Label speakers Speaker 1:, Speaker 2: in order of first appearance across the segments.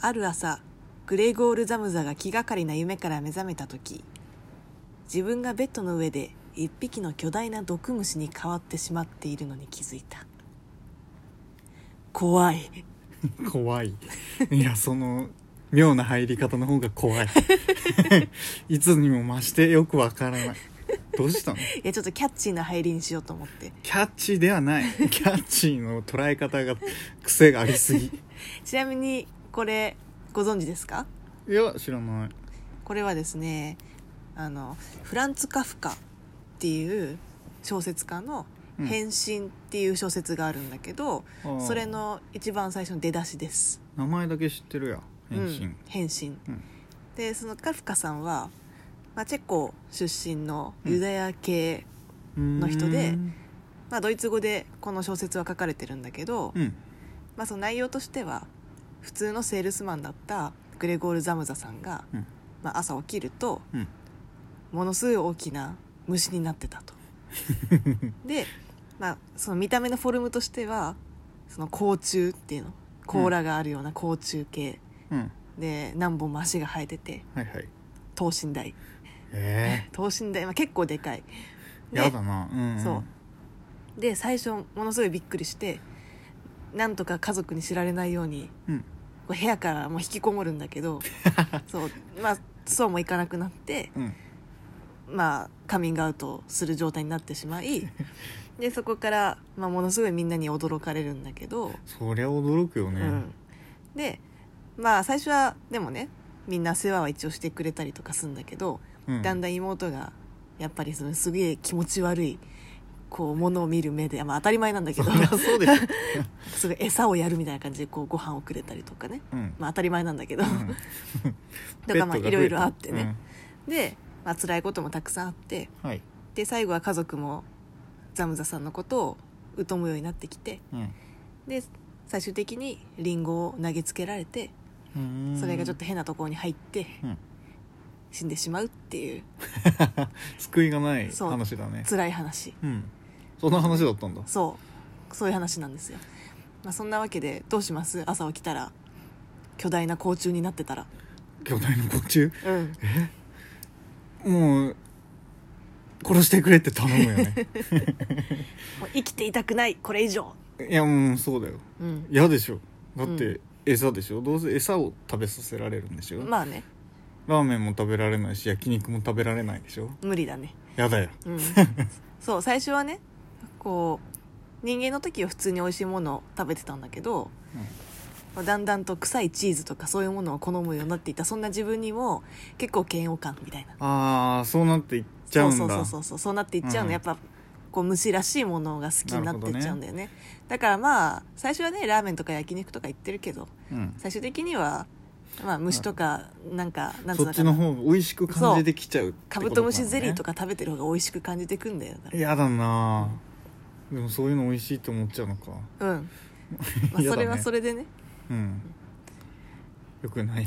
Speaker 1: ある朝グレイゴール・ザムザが気がかりな夢から目覚めた時自分がベッドの上で一匹の巨大な毒虫に変わってしまっているのに気づいた怖い
Speaker 2: 怖い いやその妙な入り方の方が怖 いいつにも増してよくわからないどうしたの
Speaker 1: いやちょっとキャッチーな入りにしようと思って
Speaker 2: キャッチーではないキャッチーの捉え方が癖がありす ぎ
Speaker 1: ちなみにこれご存知ですか
Speaker 2: いや知らない
Speaker 1: これはですねあのフランツ・カフカっていう小説家の「
Speaker 2: うん
Speaker 1: 変身」っていう小説があるんだけど、
Speaker 2: あー
Speaker 1: それの一番最初の出だしです
Speaker 2: 名前だけ知ってるや変身、
Speaker 1: うん、変身、
Speaker 2: うん
Speaker 1: でそのカフカさんは、まあ、チェコ出身のユダヤ系、の人で
Speaker 2: うん
Speaker 1: まあ、ドイツ語でこの小説は書かれてるんだけど、
Speaker 2: うん
Speaker 1: まあ、その内容としては普通のセールスマンだったグレゴール・ザムザさんが、
Speaker 2: うん
Speaker 1: まあ、朝起きると
Speaker 2: うん
Speaker 1: ものすごい大きな虫になってたとで、まあ、その見た目のフォルムとしてはその甲虫っていうの甲羅があるような甲虫系、
Speaker 2: うん
Speaker 1: で何本も足が生えてて
Speaker 2: はいはい
Speaker 1: 等身大
Speaker 2: え
Speaker 1: 等身大、まあ、結構でかい
Speaker 2: え
Speaker 1: で
Speaker 2: やだなうん、うん、
Speaker 1: そうで最初ものすごいびっくりしてなんとか家族に知られないように
Speaker 2: うん
Speaker 1: こう部屋からもう引きこもるんだけ どそうまあそうもいかなくなって
Speaker 2: うん
Speaker 1: まあカミングアウトする状態になってしまいでそこから、まあ、ものすごいみんなに驚かれるんだけど、
Speaker 2: そりゃ驚くよ
Speaker 1: う
Speaker 2: ね、
Speaker 1: ん、でまあ最初はでもねみんな世話は一応してくれたりとかするんだけど、
Speaker 2: うん
Speaker 1: だんだん妹がやっぱりそのすげえ気持ち悪いこう物を見る目で、まあ、当たり前なんだけ
Speaker 2: そ
Speaker 1: ど
Speaker 2: りゃそうでしょ、
Speaker 1: すごい餌をやるみたいな感じでこうご飯をくれたりとかね、
Speaker 2: うん
Speaker 1: まあ、当たり前なんだけど、
Speaker 2: うん
Speaker 1: とかまあ
Speaker 2: ペットが増えた
Speaker 1: いろいろあってね、、で、まあ辛いこともたくさんあって
Speaker 2: うんはい、
Speaker 1: で最後は家族もザムザさんのことを疎むようになってきて
Speaker 2: うん
Speaker 1: で最終的にリンゴを投げつけられて
Speaker 2: うーん
Speaker 1: それがちょっと変なところに入って
Speaker 2: うん
Speaker 1: 死んでしまうっていう
Speaker 2: 救いがない
Speaker 1: そう
Speaker 2: 話だね
Speaker 1: 辛い話
Speaker 2: うんそんな話だったんだ
Speaker 1: そうそういう話なんですよ、まあ、そんなわけでどうします朝起きたら巨大な甲虫になってたら
Speaker 2: 巨大の甲虫
Speaker 1: うん
Speaker 2: もう殺してくれって頼む よね
Speaker 1: もう生きていたくないこれ以上
Speaker 2: いやもうそうだよ
Speaker 1: うん
Speaker 2: 嫌でしょだって、
Speaker 1: う
Speaker 2: 餌でしょどうせ餌を食べさせられるんでしょ、
Speaker 1: まあね
Speaker 2: ラーメンも食べられないし焼肉も食べられないでしょ
Speaker 1: 無理だね
Speaker 2: やだよ
Speaker 1: うん そう最初はねこう人間の時は普通に美味しいものを食べてたんだけど、だんだんと臭いチーズとかそういうものを好むようになっていたそんな自分にも結構嫌悪感みたいな
Speaker 2: ああそうなっていっちゃうんだ
Speaker 1: そうそうそうそうそうなっていっちゃうの、
Speaker 2: うん
Speaker 1: やっぱこう虫らしいものが好きになっていっちゃうんだよねだからまあ最初はねラーメンとか焼肉とか言ってるけど
Speaker 2: うん
Speaker 1: 最終的には、まあ、虫とかなんかなんつう
Speaker 2: そ
Speaker 1: のか
Speaker 2: っち
Speaker 1: な
Speaker 2: の方が美味しく感じてきちゃうってこと
Speaker 1: カ
Speaker 2: なの
Speaker 1: ブ
Speaker 2: ね
Speaker 1: トムシゼリーとか食べてる方が美味しく感じてくんだよ
Speaker 2: やだなぁでもそういうの美味しいと思っちゃうのか
Speaker 1: うん、まあ、
Speaker 2: やだね
Speaker 1: それはそれでね
Speaker 2: うんよ くないね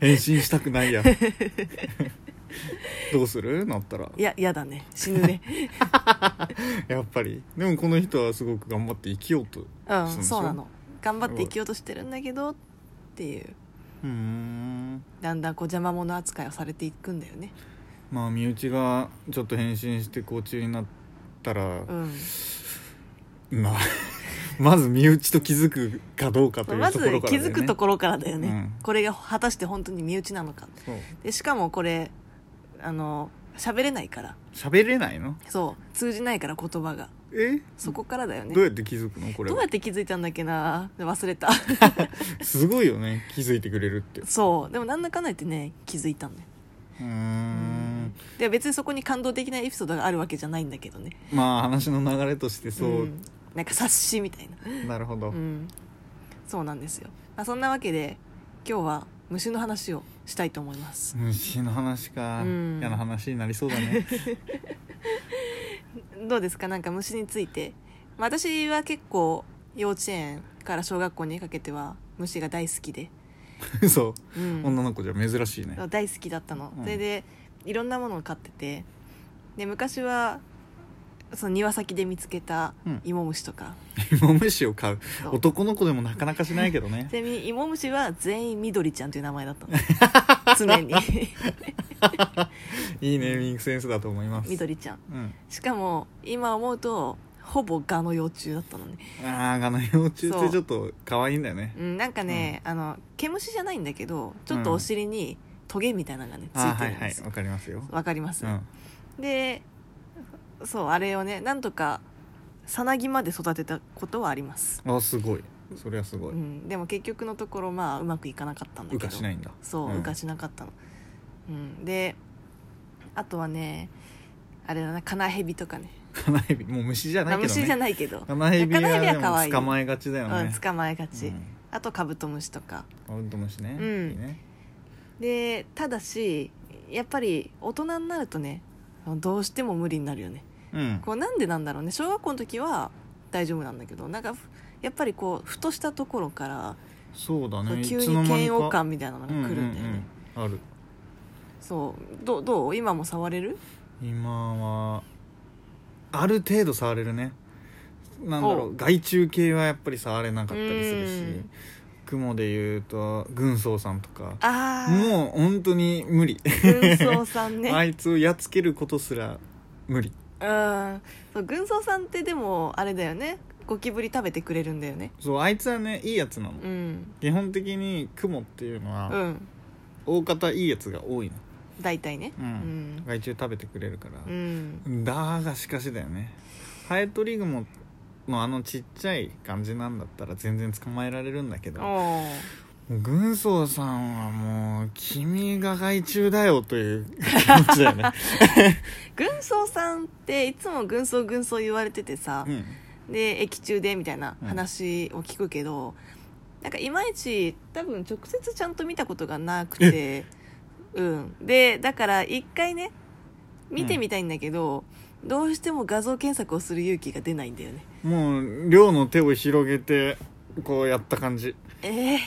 Speaker 2: 変身したくないやどうするなったら
Speaker 1: いや嫌だね死ぬ ね
Speaker 2: やっぱりでもこの人はすごく頑張って生きようと
Speaker 1: うん
Speaker 2: そうでしょ
Speaker 1: そうなの頑張って生きようとしてるんだけどっていう
Speaker 2: うーん
Speaker 1: だんだんこう邪魔者扱いをされていくんだよね
Speaker 2: まあ身内がちょっと変身して甲虫になったら、
Speaker 1: うん
Speaker 2: まあ まず身内と気づくかどうか
Speaker 1: そ
Speaker 2: と
Speaker 1: う
Speaker 2: い
Speaker 1: ま
Speaker 2: う
Speaker 1: ず
Speaker 2: ところからだよね、
Speaker 1: 気づくところからだよね、
Speaker 2: うん
Speaker 1: これが果たして本当に身内なのか
Speaker 2: そう
Speaker 1: でしかもこれあの喋れないから
Speaker 2: 喋れないの
Speaker 1: そう通じないから言葉が
Speaker 2: え
Speaker 1: そこからだよね
Speaker 2: どうやって気づくのこれ
Speaker 1: ど
Speaker 2: は
Speaker 1: うやって気づいたんだっけな忘れ た
Speaker 2: すごいよね気づいてくれるってう
Speaker 1: そうでもなんだかんだ言ってね気づいたんだよ
Speaker 2: ーん
Speaker 1: で別にそこに感動的なエピソードがあるわけじゃないんだけどね
Speaker 2: まあ話の流れとしてそう、
Speaker 1: んなんか冊子みたいな、
Speaker 2: なるほど、
Speaker 1: うん、そうなんですよ、まあ、そんなわけで今日は虫の話をしたいと思います
Speaker 2: 虫の話か、
Speaker 1: うん
Speaker 2: 嫌な話になりそうだね
Speaker 1: どうですかなんか虫について、まあ、私は結構幼稚園から小学校にかけては虫が大好きで、
Speaker 2: そうう、
Speaker 1: ん
Speaker 2: 女の子じゃ珍しいね
Speaker 1: 大好きだったの、
Speaker 2: うん
Speaker 1: それでいろんなものを飼っててで昔はその庭先で見つけた
Speaker 2: うん
Speaker 1: イモムシとか、
Speaker 2: 芋虫を買う
Speaker 1: そう
Speaker 2: 男の子でもなかなかしないけど ね
Speaker 1: ちなみにイモムシは全員みどりちゃんという名前だったの 常に
Speaker 2: いいネーミングセンスだと思います
Speaker 1: みどりちゃん
Speaker 2: うん、
Speaker 1: しかも今思うとほぼガの幼虫だったのね、
Speaker 2: ああガの幼虫ってちょっと可愛いんだよね
Speaker 1: うん、なんかね、あの毛虫じゃないんだけどちょっとお尻にトゲみたいなのがね、つ
Speaker 2: あ
Speaker 1: い
Speaker 2: ー
Speaker 1: て
Speaker 2: は
Speaker 1: る
Speaker 2: い
Speaker 1: ん
Speaker 2: は
Speaker 1: で
Speaker 2: い
Speaker 1: すよわ、
Speaker 2: わかりますよ、
Speaker 1: かります、
Speaker 2: うん、
Speaker 1: でそうあれをねなんとかさなぎまで育てたことはあります、
Speaker 2: あすごいそれはすご
Speaker 1: う
Speaker 2: い、
Speaker 1: ん、でも結局のところまあうまくいかなかったんだけ
Speaker 2: う
Speaker 1: ど
Speaker 2: かしないんだ
Speaker 1: そう、
Speaker 2: ん
Speaker 1: うかしなかったの、うん、であとはねあれだなカナヘビとかね
Speaker 2: カナヘビもう虫じゃないけどね
Speaker 1: 虫じゃないけど
Speaker 2: カナヘビ
Speaker 1: カナヘビは可
Speaker 2: は
Speaker 1: 愛い
Speaker 2: でも捕まえがちだよ
Speaker 1: うん
Speaker 2: ね、
Speaker 1: 捕まえがち、
Speaker 2: うん
Speaker 1: あとカブトムシとか
Speaker 2: カブトムシね,、
Speaker 1: うん
Speaker 2: いいね
Speaker 1: でただしやっぱり大人になるとねどうしても無理になるよね
Speaker 2: うん
Speaker 1: こうなんでなんだろうね小学校の時は大丈夫なんだけどなんかふやっぱりこうふとしたところから
Speaker 2: そうだ
Speaker 1: こう
Speaker 2: ね
Speaker 1: 急
Speaker 2: い
Speaker 1: に
Speaker 2: つの間に
Speaker 1: 嫌悪
Speaker 2: か
Speaker 1: 感みたいなのが来るんだよね、
Speaker 2: うんうんうんある
Speaker 1: そうどうどう今も触れる
Speaker 2: 今はある程度触れるねなんだろ
Speaker 1: お
Speaker 2: う害虫系はやっぱり触れなかったりする
Speaker 1: う
Speaker 2: し
Speaker 1: ん
Speaker 2: 雲でいうと軍曹さんとか
Speaker 1: ああう
Speaker 2: もう本当に無理、
Speaker 1: 軍曹さ んね
Speaker 2: あいつをやっつけることすら無理
Speaker 1: うんそう軍曹さんってでもあれだよねゴキブリ食べてくれるんだよね
Speaker 2: そうあいつはねいいやつなの、
Speaker 1: うん
Speaker 2: 基本的に雲っていうのは、
Speaker 1: うん
Speaker 2: 大方いいやつが多いの
Speaker 1: 大体ね
Speaker 2: うん害虫食べてくれるから
Speaker 1: うん、う、ん
Speaker 2: だがしかしだよねハエトリグモのあのちっちゃい感じなんだったら全然捕まえられるんだけど
Speaker 1: おー
Speaker 2: 軍曹さんはもう君が害虫だよという気持ち だよね、
Speaker 1: 軍曹さんっていつも軍曹軍曹言われててさ
Speaker 2: う、ん、
Speaker 1: で駅中でみたいな話を聞くけど、なんかいまいち多分直接ちゃんと見たことがなくてうんでだから一回ね見てみたいんだけど、どうしても画像検索をする勇気が出ないんだよね
Speaker 2: もう量の手を広げてこうやった感じ
Speaker 1: えー、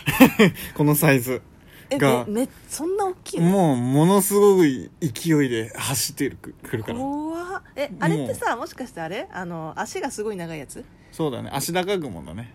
Speaker 2: このサイズ
Speaker 1: え
Speaker 2: が
Speaker 1: めめそんな大きいの
Speaker 2: もうものすごい勢いで走ってくくるから
Speaker 1: 怖っえあれってさもしかしてあれあの足がすごい長いやつ
Speaker 2: そうだね足高雲だね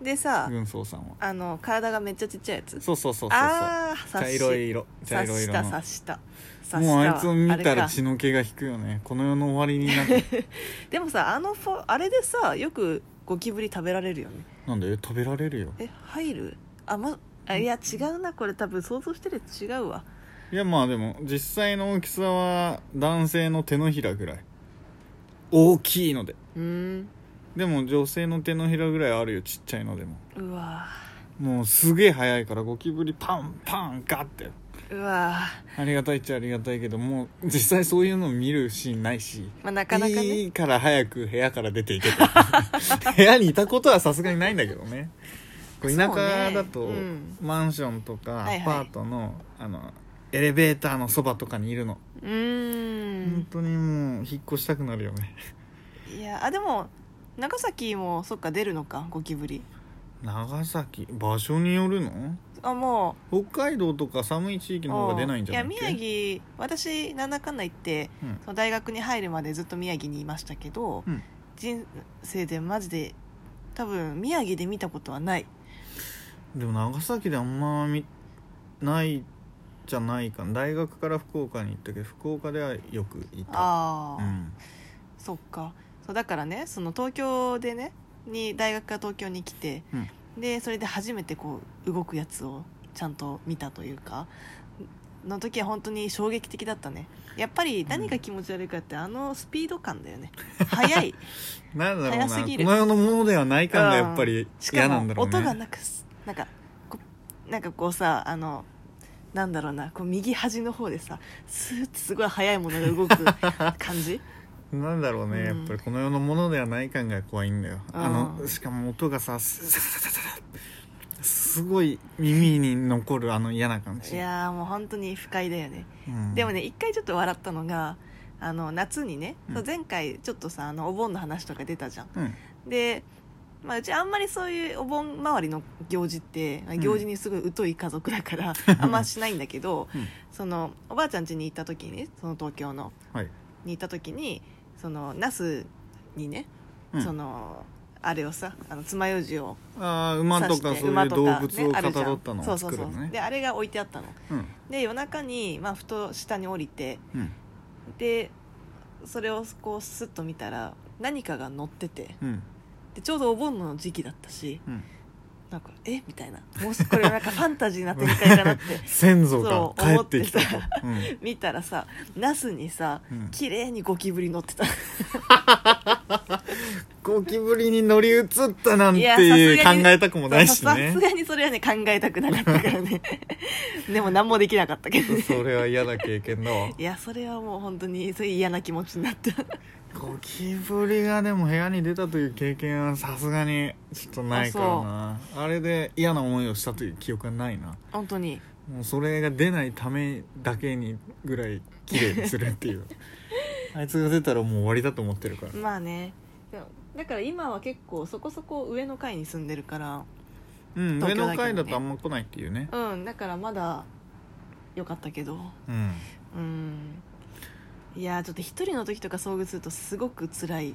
Speaker 1: でさ、
Speaker 2: 軍曹さんは
Speaker 1: あの体がめっちゃちっちゃいやつ
Speaker 2: そうそうそうそうそう
Speaker 1: ああ
Speaker 2: 茶色い色茶
Speaker 1: 察
Speaker 2: 色い
Speaker 1: し
Speaker 2: 色
Speaker 1: た
Speaker 2: の
Speaker 1: 察した察した
Speaker 2: もうあいつを見た
Speaker 1: あれ
Speaker 2: ら
Speaker 1: か
Speaker 2: 血の気が引くよねこの世の終わりになって
Speaker 1: でもさあのフォあれでさよくゴキブリ食べられるよね
Speaker 2: なんで食べられるよ
Speaker 1: え入るあまあいや違うなこれ多分想像してるやつ違うわ
Speaker 2: いやまあでも実際の大きさは男性の手のひらぐらい大きいので
Speaker 1: うーん
Speaker 2: でも女性の手のひらぐらいあるよちっちゃいのでも
Speaker 1: うわ
Speaker 2: もうすげえ早いからゴキブリパンパンガッて
Speaker 1: うわ
Speaker 2: ありがたいっちゃありがたいけどもう実際そういうの見るシーンないし
Speaker 1: まあなかなかね
Speaker 2: いいから早く部屋から出ていけと 部屋にいたことはさすがにないんだけどねこう田
Speaker 1: そうね
Speaker 2: 舎だと、
Speaker 1: うん
Speaker 2: マンションとか
Speaker 1: はいはい
Speaker 2: アパートの,、あのエレベーターのそばとかにいるの、
Speaker 1: うー
Speaker 2: 本
Speaker 1: ん
Speaker 2: 当にもう引っ越したくなるよね
Speaker 1: いやあでも長崎もそっか出るのかゴキブリ
Speaker 2: 長崎場所によるの
Speaker 1: あもう
Speaker 2: 北海道とか寒い地域の方が出ないんじゃない
Speaker 1: や宮城私なんだかんだ言って、
Speaker 2: うん
Speaker 1: その大学に入るまでずっと宮城にいましたけど、
Speaker 2: うん
Speaker 1: 人生でマジで多分宮城で見たことはない
Speaker 2: でも長崎であんま見ないじゃないかな大学から福岡に行ったけど福岡ではよくいた
Speaker 1: あ
Speaker 2: う
Speaker 1: あ、
Speaker 2: ん
Speaker 1: そっかそうだからねその東京でねに大学から東京に来て、でそれで初めてこう動くやつをちゃんと見たというかの時は本当に衝撃的だったねやっぱり何が気持ち悪いかって、あのスピード感だ よね速い
Speaker 2: なんだろうなこ
Speaker 1: 早すぎる
Speaker 2: の世のものではない感がやっぱり
Speaker 1: しか
Speaker 2: 嫌なんだ
Speaker 1: も
Speaker 2: ろうね
Speaker 1: 音がなくすなんかこなんかこうさあのなんだろうなこう右端の方でさスーッてすごい速いものが 動く感じ
Speaker 2: なんだろうね、
Speaker 1: うん
Speaker 2: やっぱりこの世のものではない感が怖いんだよ、
Speaker 1: うん
Speaker 2: あのしかも音がさスサササササすごい耳に残るあの嫌な感じ
Speaker 1: いやーもう本当に不快だよね、
Speaker 2: うん
Speaker 1: でもね一回ちょっと笑ったのがあの夏にね、
Speaker 2: うん
Speaker 1: そう前回ちょっとさあのお盆の話とか出たじゃん
Speaker 2: うん
Speaker 1: で、まあ、うちあんまりそういうお盆周りの行事ってまあ行事にすごい疎い家族だから あんましないんだけど、
Speaker 2: うん
Speaker 1: そのおばあちゃん家に行った時にねその東京の
Speaker 2: はい
Speaker 1: に行った時にそのナスにね、
Speaker 2: うん
Speaker 1: そのあれをさあの爪楊枝を
Speaker 2: ああ馬とか
Speaker 1: 刺して
Speaker 2: そういう動
Speaker 1: 馬と
Speaker 2: 物
Speaker 1: ね
Speaker 2: を
Speaker 1: ある
Speaker 2: か
Speaker 1: じ
Speaker 2: た
Speaker 1: ゃん
Speaker 2: どったの
Speaker 1: そ
Speaker 2: を
Speaker 1: うそう
Speaker 2: 作
Speaker 1: そ
Speaker 2: る
Speaker 1: う
Speaker 2: のね
Speaker 1: であれが置いてあったの
Speaker 2: うん
Speaker 1: で夜中に、まあ、ふと下に降りて
Speaker 2: うん
Speaker 1: でそれをこうスッと見たら何かが乗ってて
Speaker 2: うん
Speaker 1: でちょうどお盆の時期だったし
Speaker 2: うん
Speaker 1: なんかえみたいなもうすこれなんかファンタジーな展開か なって
Speaker 2: 先祖が
Speaker 1: そう
Speaker 2: 帰ってきたと
Speaker 1: 思って 見たらさナスにさ
Speaker 2: うんうん
Speaker 1: 綺麗にゴキブリ乗ってた
Speaker 2: ゴキブリに乗り移ったなんて
Speaker 1: い
Speaker 2: いう
Speaker 1: やさすがに
Speaker 2: 考えたくもないし
Speaker 1: ささ
Speaker 2: ね
Speaker 1: すがにそれはね考えたくなかったから ねでも何もできなかったけどね
Speaker 2: それは嫌な経験だわ
Speaker 1: いやそれはもう本当にそういう嫌な気持ちになった
Speaker 2: ゴキブリがでも部屋に出たという経験はさすがにちょっとないからなあれで嫌な思いをしたという記憶はないな
Speaker 1: 本当に
Speaker 2: もうそれが出ないためだけにぐらい綺麗にするっていう あいつが出たらもう終わりだと思ってるから
Speaker 1: まあねでもだから今は結構そこそこ上の階に住んでるから
Speaker 2: うん上
Speaker 1: 東京だけ
Speaker 2: の
Speaker 1: どね
Speaker 2: 階だとあんま来ないっていうね
Speaker 1: うんだからまだ良かったけど
Speaker 2: うん
Speaker 1: うんいやーちょっと一人の時とか遭遇するとすごく辛い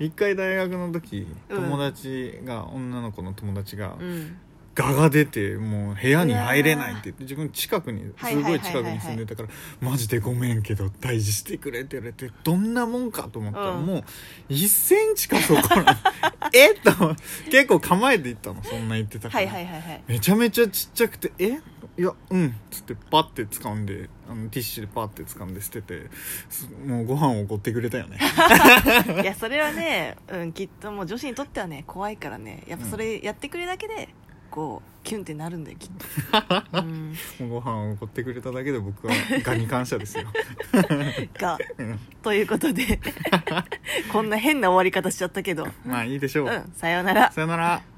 Speaker 2: 一回大学の時
Speaker 1: うん
Speaker 2: 友達が、女の子の友達が
Speaker 1: うん
Speaker 2: ガが出てもう部屋に入れないって言って自分近くに
Speaker 1: はい
Speaker 2: す
Speaker 1: はいはいはい
Speaker 2: ご
Speaker 1: はい
Speaker 2: い近くに住んでたから「マジでごめんけど退治してくれ」って言われてどんなもんかと思ったら
Speaker 1: うん
Speaker 2: もう1センチかそこら えっと結構構えていったのそんな言ってたか
Speaker 1: はい
Speaker 2: ら
Speaker 1: はいはいはい
Speaker 2: めちゃめちゃちっちゃくて「えいやうん」つってパッて掴んであのティッシュでパッて掴んで捨ててすもうご飯をおごってくれた よね
Speaker 1: いやそれはね、うん、きっともう女子にとってはね怖いからねやっぱそれやってくれるだけでこうキュンってなるんだよきっ と、うん、
Speaker 2: もうご飯をおごってくれただけで僕はガに感謝で すよ
Speaker 1: が
Speaker 2: うん
Speaker 1: ということ でこんな変な終わり方しちゃったけど
Speaker 2: まあいいでしょう、
Speaker 1: うんさようなら
Speaker 2: さよなら